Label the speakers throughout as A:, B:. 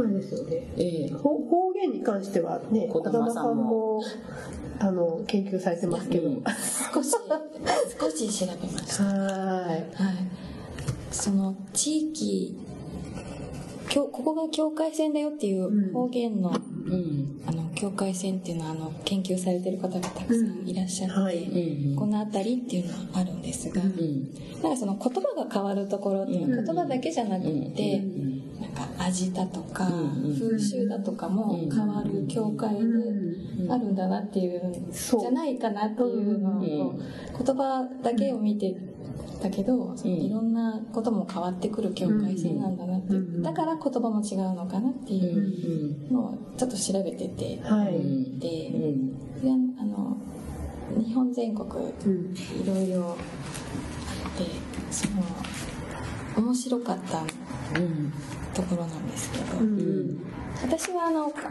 A: あれですよね
B: ええ
A: 方方言に関してはね
B: 児
A: 児
B: 玉
A: 玉
B: さ
A: さ
B: ん
A: ん
B: も
A: もあの研究されてますけど、
B: うん
C: 少し少し調べました
A: は
C: はい、その地域きょここが境界線だよっていう方言の,、
B: うん
C: あの境界線っていうのはあの研究されてる方がたくさんいらっしゃ
A: い
C: って、
A: はい、
B: うんうん
C: この辺りっていうのはあるんですが、
B: うん
C: なんかその言葉が変わるところっていうのは
A: うん
C: 言葉だけじゃなくて、
B: うん
C: なんか味だとか、
B: うん
C: 風習だとかも変わる境界で
A: う
C: あるんだなっていう、
A: そう
C: じゃないかなっていうのを、
B: うん
C: 言葉だけを見てたけど、その
B: うん
C: いろんなことも変わってくる境界線なんだなって、
A: うん
C: だから言葉も違うのかなって
B: うんう
C: いうんのをちょっと調べてて、
A: はい、
B: うん
C: で
B: うん
C: であの日本全国
A: うん
C: いろいろあってその面白かった
B: うん
C: ところなんですけど、
A: うん
C: 私はあのか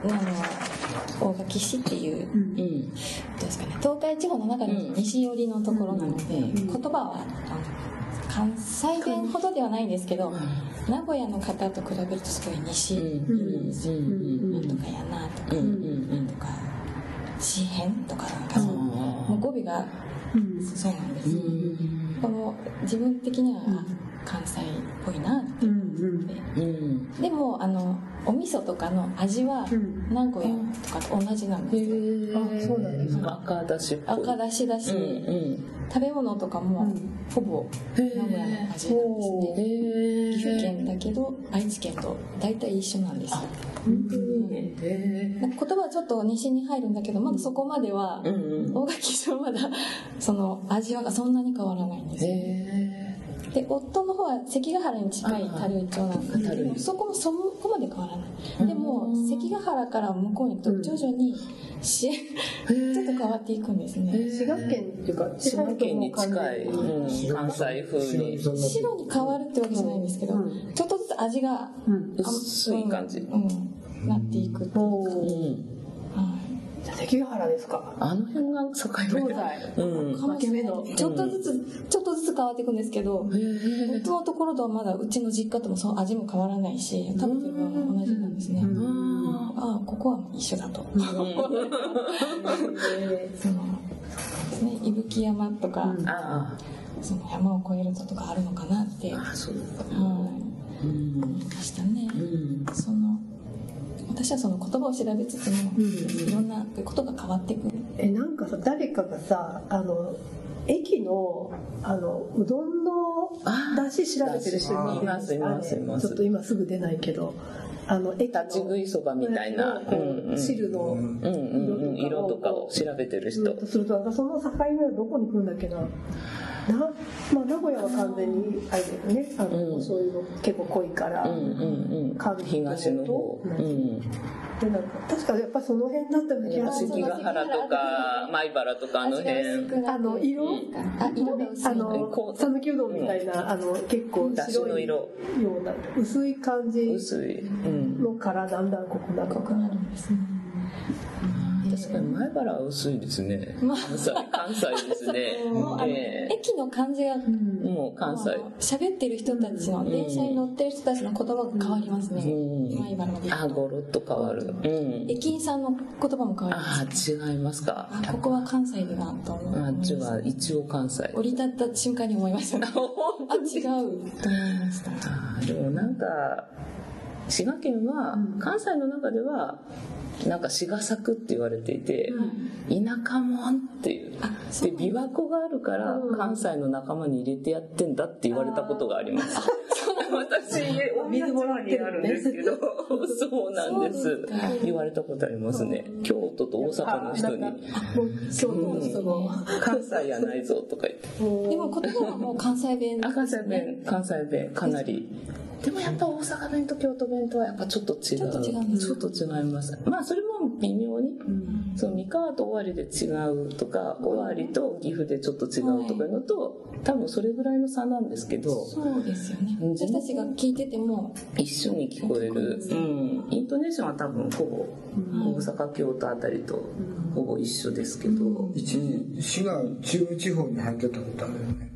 C: あの大垣市っていう
A: うん
B: うんうん
C: どうですかね東海地方の中で
B: うん
C: 西寄りのところなので、
B: うん
C: 言葉はあの関西弁ほどではないんですけど、名古屋の方と比べるとすごい西、
B: うんうんうん
C: なんとかやなとか、
B: うんうん
C: とか詩編とかなんかその、もう語尾が
A: うん
C: そうなんです、
B: うん
C: この自分的には
A: ん
C: あ関西っぽいな
A: うんうん
C: って
B: うん
C: でもあのお味噌とかの味は
A: うん
C: 名古屋とかと同じなんですよ、
A: あそうなんですか
B: 赤だしっぽい
C: 赤だしだし、
B: うんうん
C: 食べ物とかも、
A: うん
C: ほぼ
B: へ
C: 名古屋の味なんです
A: お
C: ね
A: ー
B: え
C: 岐阜県だけど愛知県と大体一緒なんですよ
A: 本当
B: へえ
C: なんか言葉はちょっと西に入るんだけどまだそこまでは
B: うんうん
C: 大垣市はまだ その味わいがそんなに変わらないんですよ
B: へ
C: で夫の方は関ヶ原に近い樽井町なんですけ
B: はいはい
C: どそこもそこまで変わらないでも
B: うん
C: 関ヶ原から向こうに行くと徐々にし ちょっと変わっていくんですね
A: 滋賀県っていうか
B: 滋賀県に近い、
A: うん
B: うん、関西風に
C: 白に変わるってわけじゃないんですけど
A: うん
C: ちょっとずつ味が
A: うん、
B: 薄い感じ
C: うん、なっていくっていうか
A: お
B: う
A: ー
B: ん
C: はい
A: じゃあ関ヶ原ですか
B: あの辺が境目だ
A: 東
B: うん
A: 分け目の
C: ちょっとずつちょっとずつ変わっていくんですけど夫のところとはまだうちの実家ともその味も変わらないし食べてるものも同じなんですね、
A: うん
C: ああここは一緒だと、 そのですね伊吹山とか、
A: うん
B: あ
C: その山を越えるととかあるのかなって、
B: あ
C: は
B: あそう
C: い思
B: うん
C: いましたね、
B: うん
C: その私はその言葉を調べつつも、
A: うん
C: いろんなことが変わっていくる
A: えなんかさ誰かがさあの駅のあのうどんの
B: あ
A: 出汁調べてる人
B: いますいますいます
A: ちょっと今すぐ出ないけどあの駅の
B: 立ち食いそばみたいな
A: こう
B: うんうん
A: 汁の
B: うんうんうん色とかを調べてる
A: ず
B: 人
A: っとするとなんかその境目はどこに来るんだっけなな、まあ、名古屋は完全にあれだよねあの、
B: うん
A: そういうの結構濃いから、
B: うんうんうん
A: 関東
B: 東の方
A: うん
B: うん
A: でなんか確かやっぱその辺だったような気がする
B: 関ヶ原とか米原とかあの
C: 味が
B: 辺
C: 薄くな
A: あ
C: っていく
A: の色、
C: あ色が薄
A: あ
C: いの
B: こ
A: の
B: う
A: 讃岐うどんみたいな、あの結構
B: だしの
A: 白いよ
B: 色
A: うな薄い感じ
B: 薄い、うん、
A: のからだんだんここな
C: 濃
A: の
C: く
A: か
C: なるんですね
B: 確かに前原は薄いですね
C: まあ
B: 関西関西ですね
C: もうあの
B: え
C: 駅の感じが
A: うん
B: えもう関西
C: 喋ってる人たちの、
B: ん
C: 電車に乗ってる人たちの言葉が変わりますね、
B: うん
C: 毎晩ので
B: あごろっと変わるうん
C: 駅員さんの言葉も変わります
B: ああ違いますか
C: あここは関西だなと思
B: あっち
C: いま
B: は
C: した
B: 一応関西
C: 降り立った瞬間に思いましたねあ違うと思いました
B: あでもなんか滋賀県は
A: うん
B: 関西の中ではなんか滋賀作って言われていて、
A: うん
B: 田舎もんっていう
C: あそう
B: で琵琶湖があるから
A: うん
B: 関西の仲間に入れてやってんだって言われたことがあります、私家お水もらってあるんですけど そうなんです
C: そうですか
B: 言われたことありますね京都と大阪の人に
A: あなんかもう京都の人の
B: 「関西やないぞ」とか言って
A: もう
C: でも言葉はもう関西弁
B: あ関西弁関西弁かなりでもやっぱ大阪弁と京都弁とはやっぱちょっと違う
C: ちょっと違うんです
B: ちょっと違いますまあそれも微妙にそう三河と尾張で違うとか尾張と岐阜でちょっと違うとかいうのと、多分それぐらいの差なんですけど
C: そうですよね
B: うん
C: 私たちが聞いてても
B: 一緒に聞こえる、うん、イントネーションは多分ほぼ大阪京都あたりとほぼ一緒ですけど、
D: 一時滋賀中部地方に入ってたことあるよね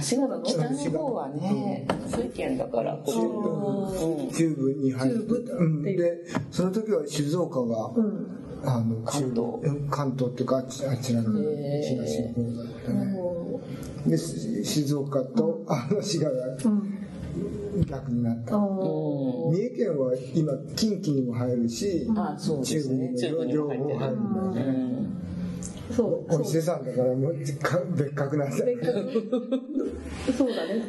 B: 滋賀の北の方はね福井県だから
A: あー
B: うん
D: 中部に入ってた、
A: 中部
D: うん、でその時は静岡が、
A: うん
D: あの
B: 関東
D: 中部関東っていうかあっちあちらの
B: へー
D: 東の方だったね、
A: も
D: でし静岡と、あの滋賀が
A: ううん
D: 楽になった、
A: あ
B: うん
D: 三重県は今近畿にも入るし、
B: あそうですね
D: 中部にも
B: 中部にも入ってる
D: 両方入るんだよね
A: ーそう
D: お伊
A: そ
D: 勢さんだからもうか別格なんだ
A: う別格そうだね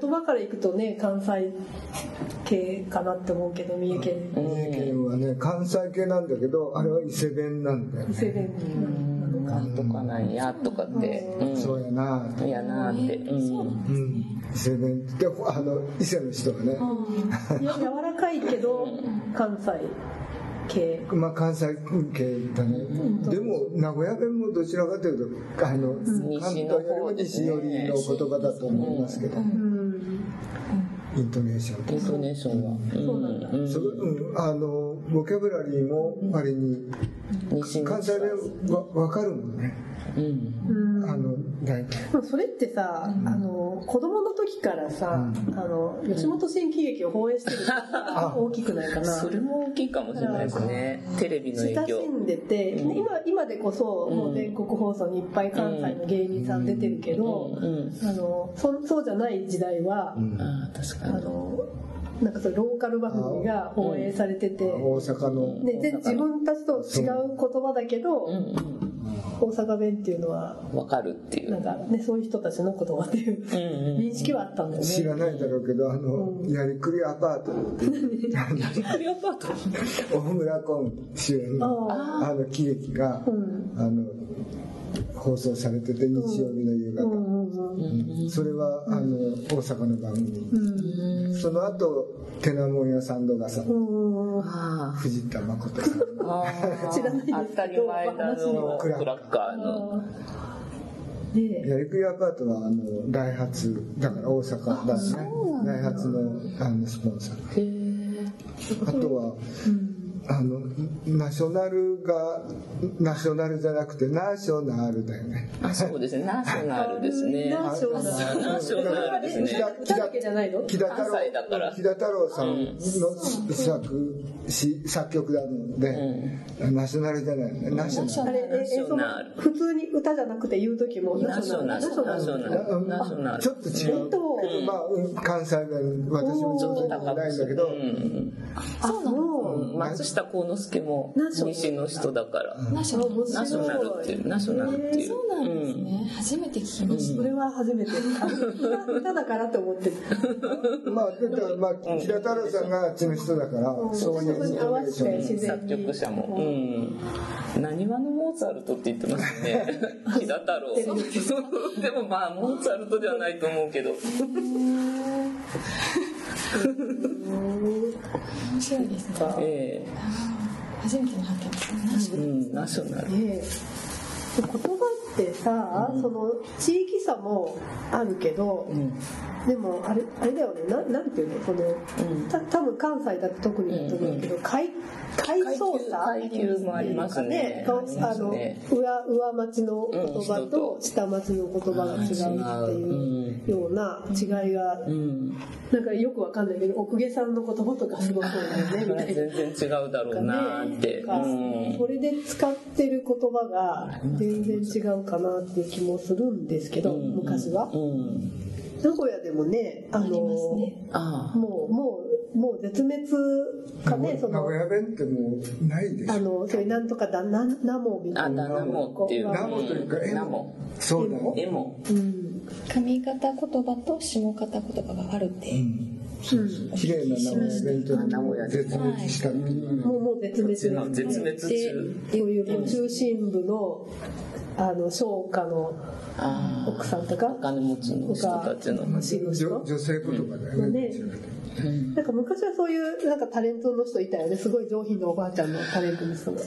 A: 言葉からいくとね関西系かなって思うけど三重県
B: うん
D: 三重県はね関西系なんだけどあれは伊勢弁なんだよ
A: 伊勢
D: ね、
A: 弁
B: うんなんとかなんやとかって、
D: そうやな
B: うん、やなーって、うん、
D: うん伊勢弁ってあの伊勢の人がね、
A: いや柔らかいけど関西系
D: まあ関西系だね、でも名古屋弁もどちらかというとあの、関東よりも西寄りの言葉だと思いますけど、
A: うん
D: イントネーション
B: イ
D: と
B: ントネーションは、
A: そうなんだ
B: うん
D: それうん、あのボキャブラリーもあれに
B: 西
D: 関西弁わ分かるもんね
B: うん
A: うん
D: あの大体
A: まあそれってさ、あの子供の時からさ、あの吉本新喜劇を放映してるから大きくないかな。
B: それも大きいかもしれないですねテレビの影
A: 親し
B: 響
A: んでて、
B: うん
A: 今今でこそもう全国放送にいっぱい関西の芸人さん出てるけど、
B: うんうん
A: あのそそうじゃない時代は、
B: ああ確か
A: あ
B: に
A: のなんかそういうローカル番組が放映されてて、
D: 大阪の、
A: ね、全自分たちと違う言葉だけど、
B: うんうん
A: 大阪弁っていうのは
B: わかるっていう
A: なんか、ね、そういう人たちの言葉っていう
B: うんうん
A: 認識はあったんだよね。
D: 知らないだろうけどあの、
A: うん
D: やりくりアパートっていう
B: クリアパート
D: 大村崑主演の
A: あ
D: あの喜劇が、
A: うん
D: あの放送されてて日曜日の夕
A: あ、う
D: 方、
A: んうんうん。
D: それはあの大阪の番組、
A: うん
D: その後テナモンやサンドガさん
A: うんうん。
B: あ
D: 藤田誠さん
B: あ
A: 知らないですけど
B: 当たり前だのク
D: クラッカー
B: ラッカーの
A: ねえ
D: やりくりアパートはあのダイハツだから大阪だしねダイハツのあのスポンサー
B: へえ
D: あとは、あのナショナルがナショナルじゃなくてナーショナルだよね
B: あそうですねナショナルです ね
A: ナショナル
B: ナショナルですね
D: 北
A: 歌だけじゃないの
D: 木田太郎
B: 関西だから
D: 木田太郎さんの作詞作曲なので、ナショナルじゃないよねナショナル
A: あれ、え、え、その
B: ナショナル、
A: 普通に歌じゃなくて言う時も、
B: ナショナ
A: ナ
B: ル
A: ショナ
B: ナショ
A: ル。
B: ナルナショナル
D: ちょっと違う、
A: う
D: まあうん関西弁私もちょっとないんだけ
B: う
D: ど
B: ん
A: あ、そう。
B: うん松下幸之助も
A: ナショナル
B: 西の人だから
C: ナショナル
B: ナショナルっていうナショナルっていう
C: そうなんですね、初めて聞きまし
A: それは初めて。あ歌歌だからと思ってた。
D: まあだからまあ木田太郎さんがあっちの人だから
A: そ
D: そうう
A: そ
D: い
A: こに
D: う
A: 合わせて自然
B: 作
A: に。
B: 曲者も、うん、なにわのモーツァルトって言ってますね木田太郎でもまあモーツァルトではないと思うけど
C: た面白いですね
B: え
C: 初めての発見ですねナショ
B: えうんナショナル
A: ねえ言葉ってさ、その地域差もあるけど、
B: ん
A: でもあれあれだよねななんていうのその、た多分関西だと特にだと思うけど、階階層差
B: 階級もありますね
A: か
B: ありま
A: あ
B: す
A: の
B: ね
A: 上上町の言
B: う
A: 葉
B: ん
A: と下町の言葉が違うっていうような違いが、
B: うん
A: なんかよくわかんないけど奥下さんの言葉とかすごそうだよねみたいな。
B: 全然違うだろうなーって、
A: なんか
B: うん
A: それで使ってる言葉が全然違うかなっていう気もするんですけど、昔は、
B: うん、
A: 名古屋でもねあの
C: ありますね
B: ああ
A: もうもうもう絶滅かねそ
D: 名
A: の
D: 古屋弁ってもうないでし
A: あ
D: ょ
A: のそういうなんとかだななもみた
B: あ
A: いな
B: だナモっていう
D: ナモというか
B: うん
D: エモ
B: ナモ
D: そうだよ
B: エモ
A: うん
C: 上方言葉と下方言葉があるって、
A: うん
D: 綺麗な名古屋弁というのは絶滅したっていうね
A: もうもう絶滅です
B: の絶滅
C: で
B: 中
A: そういうこう中心部のあの商家の
B: ああ
A: 奥さんとか
B: お金持ちの人たちの
A: 市の人
D: 女女性言葉だよね
A: ねなんか昔はそういうなんかタレントの人いたよねすごい上品なおばあちゃんのタレントの人が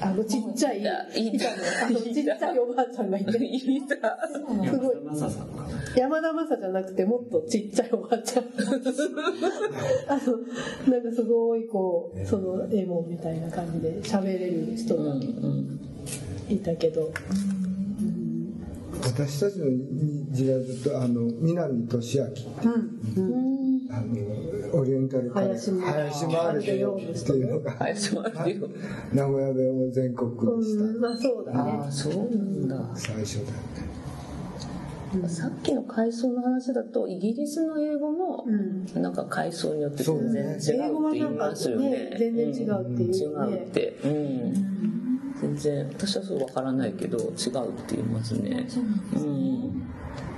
A: あのちっちゃい
B: いたいた
A: あのちっちゃいおばあちゃんがいて
B: いいな
A: すごい山田雅じゃなくてもっとちっちゃいおばあ ちゃんあのなんかすごいこうそのエモみたいな感じで喋れる人
B: うん
A: が
B: うん
A: いたけど、
D: 私たちの時代だとあの南俊明、あのオリエンタルから
A: 林回る
D: 林回るよっていうのが
B: 林もあるよ。
D: 名古屋弁を全国にし
A: うん、まあそうだね
B: ああ、そうなんだ。
D: た最初だよね
B: さっきの階層の話だとイギリスの英語も
A: うん
B: なんか階層によって全然違うって
A: 英語は
B: 言
A: ないん
B: ま
A: か
B: すよね
A: ね。全然違うっていう
B: うん
A: よ
B: 違うっ
A: ね
B: て、うん、全然私はそうわからないけど違うって言いますね。
C: そう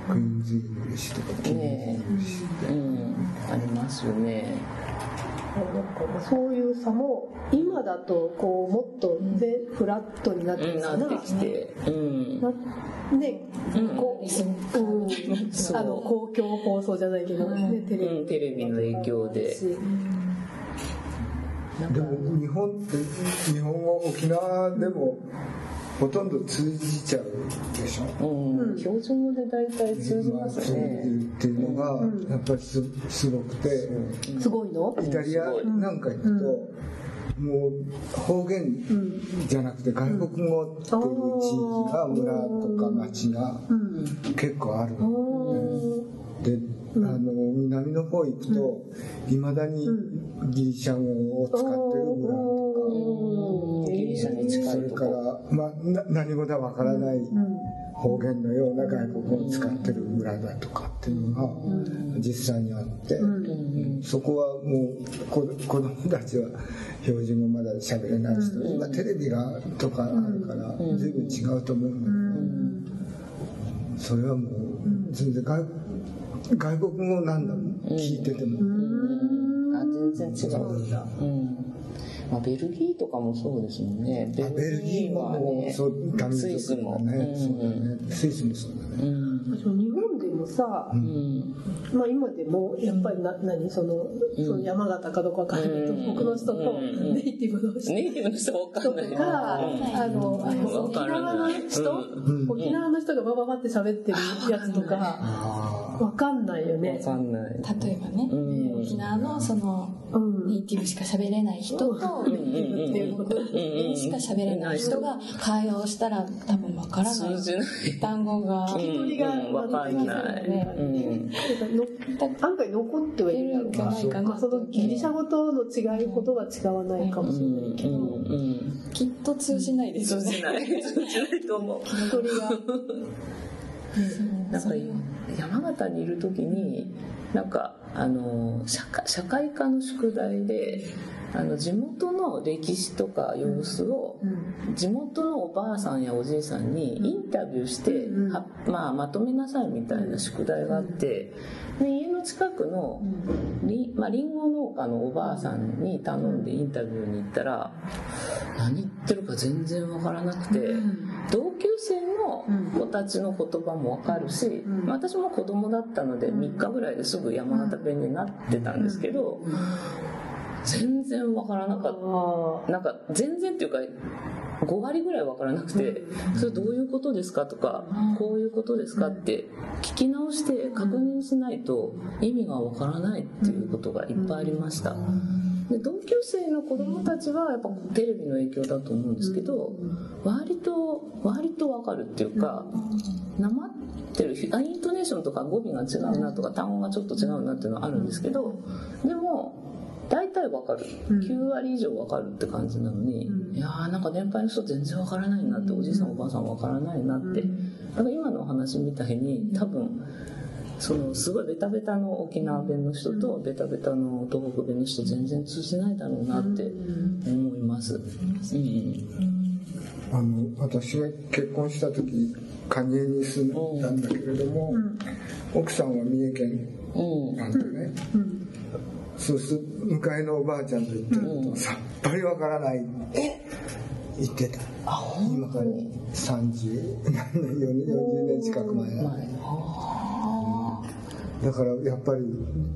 C: なん
B: うん、
C: ですね
D: クイーンズイングリッシュとかキングズイングリッシュ
B: うん、ありますよね。
A: なんかそういう差も今だとこうもっとぜフラットになって
B: うん
A: き
B: な
A: た
B: ってきて、うん、
A: なね
B: うん
A: こううん
B: そう
A: あの公共放送じゃないけど、ね、テレビ、
B: うんテレビの影響でなん
D: で
B: か
D: も日本って日本語沖縄でもほとんど通じちゃうでしょ
B: うん、標準語で大体通じます
D: 通じ
B: ね。
D: るっていうのがやっぱりすすごくて
A: すごいの
D: イタリアなんか行くともう方言じゃなくて外国語っていう地域が村とか町が結構ある
A: あー
D: であの南の方行くといまだにギリシャ語を使ってる村とか。
B: うんギリシャに近
D: そ
B: い
D: れ
B: と
D: か
B: こ。
D: ら、まあ、な何語だわからない方言のような外国語を使ってる村だとかっていうのが実際にあって、そこはもうこ子供たちは標準語まだ喋れない人、今テレビがとかあるから随分違うと思うんだけど、それはもう全然外外国語なんだもん聞いてても。
B: あ全然違うんだ、うんまあ、ベルギーとかもそうですもんねベ
D: あベルギーはもうそうダメ
B: スイスも、
D: ね、
B: うん
D: そうだねスイスもそうだね、
B: うん
A: 私も日本でもさ、
B: うん
A: まあ、今でもやっぱりな何その,、その山形かどこかわかんないけど
B: うん
A: 僕の人と
B: うん
A: ネイティブの人
B: ネイティブの人わか
A: と
B: ん
A: か、
B: ない
A: あのあの
B: わ
A: 沖
B: から
A: 縄
B: な
A: の
B: い
A: 人、
D: ん
A: 沖縄の人がバババって喋ってるやつとか
D: あ
A: わかんないよ
B: わ
A: ね。
B: かんない
C: 例えばね、
B: うん
C: 沖縄のその
A: うん
C: ネイティブしか喋れない人とネイティブっていう国しか喋れない人が会話をしたら多分わからな
B: 通じ
C: い
B: ない
C: 単語が
B: う
A: 聞き取り
B: ん
A: が
B: うんわかんない、うん
A: なんかの案外残ってはいるだろう
C: 出るんじゃないかな
A: まあそのギリシャ語との違いほどは違わないかもしれないけど、
B: うんうん
C: きっと通じないですよ
B: 通
C: ね
B: じない通じないと思う
A: 聞き取りが
B: なんか山形にいる時になんかあの社会社会科の宿題であの地元の歴史とか様子を地元のおばあさんやおじいさんにインタビューして、
A: うん
B: はまあ、まとめなさいみたいな宿題があってで家の近くのり,、まあ、りんご農家のおばあさんに頼んでインタビューに行ったら何言ってるか全然わからなくて。同級生の子たちの言葉もわかるし、
A: ん
B: まあ私も子供だったので3日ぐらいですぐ山形弁になってたんですけど、全然わからなかっ
A: あ
B: たなんか全然っていうか5割ぐらいわからなくて、それどういうことですかとか、こういうことですかって聞き直して確認しないと意味がわからないっていうことがいっぱいありました。で同級生の子供たちはやっぱテレビの影響だと思うんですけど、割と割とわかるっていうか、なまってるあイントネーションとか語尾が違うなとか単語がちょっと違うなっていうのはあるんですけどでも大体わかる9割以上わかるって感じなのに、いやーなんか年配の人全然わからないなっておじいさんおばあさんわからないなって、だから今のお話みたいに多分。そのすごいベタベタの沖縄弁の人とベタベタの東北弁の人全然通じないだろうなって思います。うん
D: あの私は結婚した時蟹江に住んだんだけれども、奥さんは三重県
B: うん
D: なんだね、そうすると向かいのおばあちゃんと言ってると、さっぱりわからないって言ってた今から30何年40 40年近く前だ
B: まあ
D: だからやっぱり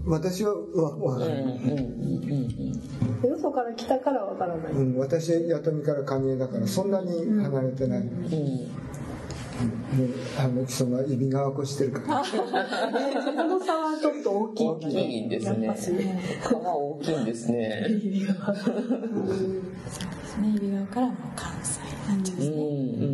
D: 私はわわかる、
B: うんうん
A: あよそから来たからわからない、
D: うん、私弥富から蟹江だからそんなに離れてない、
B: うんうん
D: もうあの基礎が指側越してるから
A: そこの差はちょっと大きい
B: 大きいですね
A: やっぱしね
B: 皮大きいんですね。
C: そうですね指側からもう関西になっちゃう
B: う
C: んですね、
B: んう